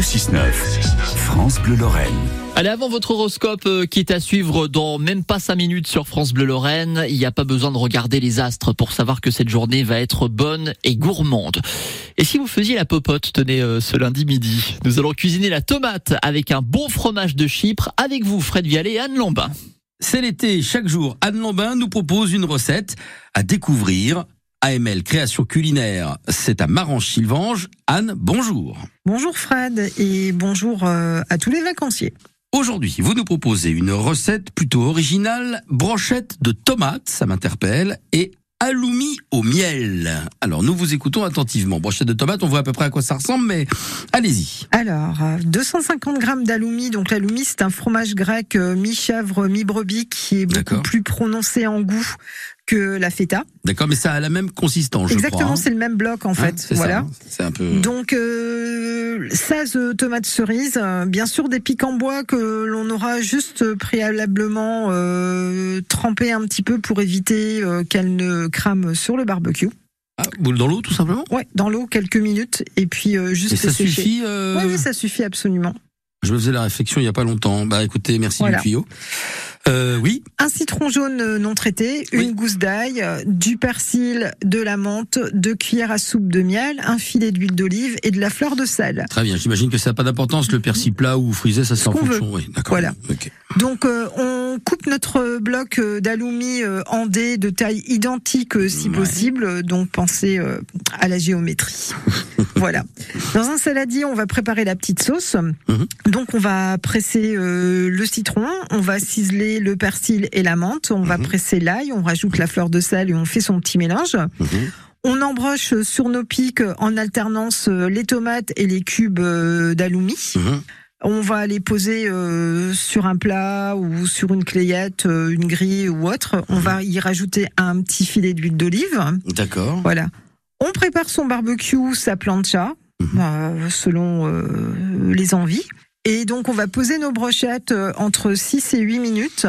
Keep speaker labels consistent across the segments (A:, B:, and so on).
A: 6-9, France Bleu-Lorraine.
B: Allez, avant votre horoscope euh, qui est à suivre dans même pas 5 minutes sur France Bleu Lorraine, il n'y a pas besoin de regarder les astres pour savoir que cette journée va être bonne et gourmande. Et si vous faisiez la popote, tenez euh, ce lundi midi, nous allons cuisiner la tomate avec un bon fromage de Chypre avec vous Fred Vialet et Anne Lambin.
C: C'est l'été, chaque jour, Anne Lambin nous propose une recette à découvrir. AML Création Culinaire, c'est à Marange-Sylvange. Anne, bonjour.
D: Bonjour Fred et bonjour euh, à tous les vacanciers.
C: Aujourd'hui, vous nous proposez une recette plutôt originale, brochette de tomates, ça m'interpelle, et aloumi au miel. Alors, nous vous écoutons attentivement. Brochette de tomates, on voit à peu près à quoi ça ressemble, mais allez-y.
D: Alors, euh, 250 grammes d'aloumi. Donc l'aloumi, c'est un fromage grec euh, mi-chèvre, mi-brebis qui est beaucoup
C: D'accord.
D: plus prononcé en goût que la feta.
C: D'accord, mais ça a la même consistance, je
D: Exactement,
C: crois. hein.
D: c'est le même bloc en fait. voilà.
C: C'est un peu...
D: Donc euh, 16 tomates cerises, euh, bien sûr des pics en bois que l'on aura juste préalablement euh, trempé un petit peu pour éviter euh, qu'elles ne crament sur le barbecue.
C: Ah, boule dans l'eau, tout simplement
D: Ouais, dans l'eau quelques minutes et puis euh, juste
C: Et ça
D: sécher.
C: suffit euh,
D: Ouais, oui, ça suffit absolument.
C: Je me faisais la réflexion il y a pas longtemps. Bah écoutez, merci
D: Voilà.
C: du tuyau. Euh, oui,
D: Un citron jaune euh, non traité,
C: Oui.
D: une gousse d'ail, euh, du persil, de la menthe, deux cuillères à soupe de miel, un filet d'huile d'olive et de la fleur de sel.
C: très bien. J'imagine que ça n'a pas d'importance. Le persil plat ou frisé, ça c'est en
D: qu'on
C: fonction. Oui, d'accord.
D: Voilà.
C: Ok.
D: Donc euh, on coupe notre bloc euh, d'alumi euh, en dés de taille identique euh, si
C: Ouais.
D: possible, euh, donc pensez euh, à la géométrie. voilà. Dans un saladier, on va préparer la petite sauce.
C: Mhm.
D: Donc on va presser euh, le citron, on va ciseler le persil et la menthe, on va
C: Mhm.
D: presser l'ail, on rajoute la fleur de sel et on fait son petit mélange.
C: Mhm.
D: On embroche sur nos pics euh, en alternance euh, les tomates et les cubes euh, d'alumi.
C: Mhm.
D: On va les poser euh, sur un plat ou sur une clayette, euh, une grille ou autre. On va y rajouter un petit filet d'huile d'olive.
C: D'accord.
D: Voilà. On prépare son barbecue, sa plancha,
C: Mhm.
D: euh, selon euh, les envies. Et donc, on va poser nos brochettes euh, entre 6 et 8 minutes.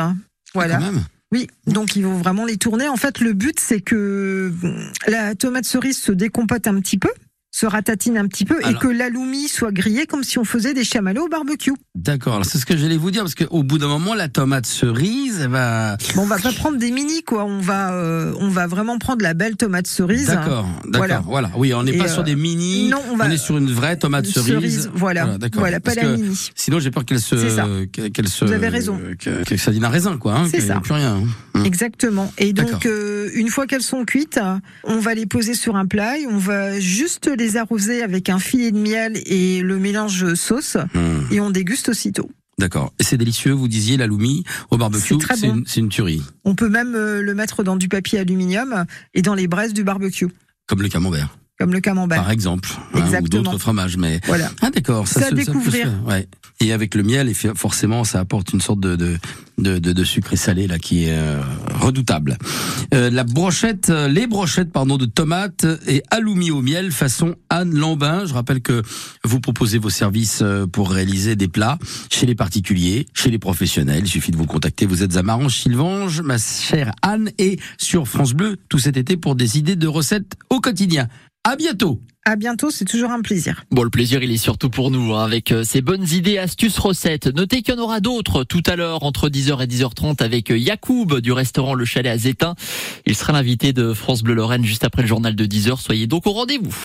D: Voilà.
C: Quand même.
D: Oui, donc ils vont vraiment les tourner. En fait, le but, c'est que mm, la tomate cerise se décompote un petit peu, se ratatine un petit peu, et
C: Alors-
D: que l'aloumi soit grillé comme si on faisait des chamallows au barbecue.
C: D'accord. Alors, C'est ce que j'allais vous dire parce qu'au bout d'un moment, la tomate cerise, elle va.
D: Bon, on va pas prendre des mini, quoi. On va, euh, on va vraiment prendre la belle tomate cerise.
C: D'accord.
D: Voilà.
C: D'accord. Voilà. Oui, on n'est
D: Et,
C: pas
D: euh,
C: sur des mini.
D: non, on va-
C: on est sur une vraie tomate
D: Une
C: cerise.
D: voilà.
C: Voilà,
D: Voilà,
C: d'accord.
D: pas
C: Parce
D: la
C: que-
D: mini.
C: Sinon, j'ai peur qu'elle
D: C'est ça.
C: se, qu'elle- qu'elle se,
D: Vous avez raison.
C: que, que ça dîne à raisin, quoi. Hein,
D: C'est
C: qu'il n'y a
D: ça.
C: Plus rien. hein. Mhm.
D: Exactement. Et
C: D'accord.
D: donc, euh, une fois qu'elles sont cuites, on va les poser sur un plat et on va juste les arroser avec un filet de miel et le mélange sauce
C: Mhm.
D: et on déguste aussitôt.
C: D'accord. Et c'est délicieux, vous disiez, la loumi au barbecue,
D: C'est très
C: c'est
D: bon.
C: une, c'est une tuerie.
D: On peut même euh, le mettre dans du papier aluminium et dans les braises du barbecue,
C: Comme le camembert,
D: comme le camembert.
C: par exemple, hein, ou
D: Bah, Exactement.
C: d'autres fromages. Mais
D: Voilà.
C: ah d'accord, ça,
D: C'est à
C: se- ça peut se
D: découvrir.
C: faire, ouais. Et avec le miel, et fi- forcément, ça apporte une sorte de de, de, de, de sucré salé là qui est euh, redoutable. Euh, la brochette, euh, les brochettes pardon de tomates et aloumi au miel façon Anne Lambin. Je rappelle que vous proposez vos services euh, pour réaliser des plats chez les particuliers, chez les professionnels. Il suffit de vous contacter. Vous êtes à Marange-Sylvange, ma chère Anne, et sur France Bleu tout cet été pour des idées de recettes au quotidien. À bientôt.
D: À bientôt, c'est toujours un plaisir.
B: Bon, le plaisir, il est surtout pour nous, hein, avec euh, ces bonnes idées, astuces, recettes. Notez qu'il y en aura d'autres tout à l'heure, entre 10h et 10h30, avec euh, Yacoub du restaurant Le Chalet à Zétin. Il sera l'invité de France Bleu Lorraine juste après le journal de 10h. Soyez donc au rendez-vous.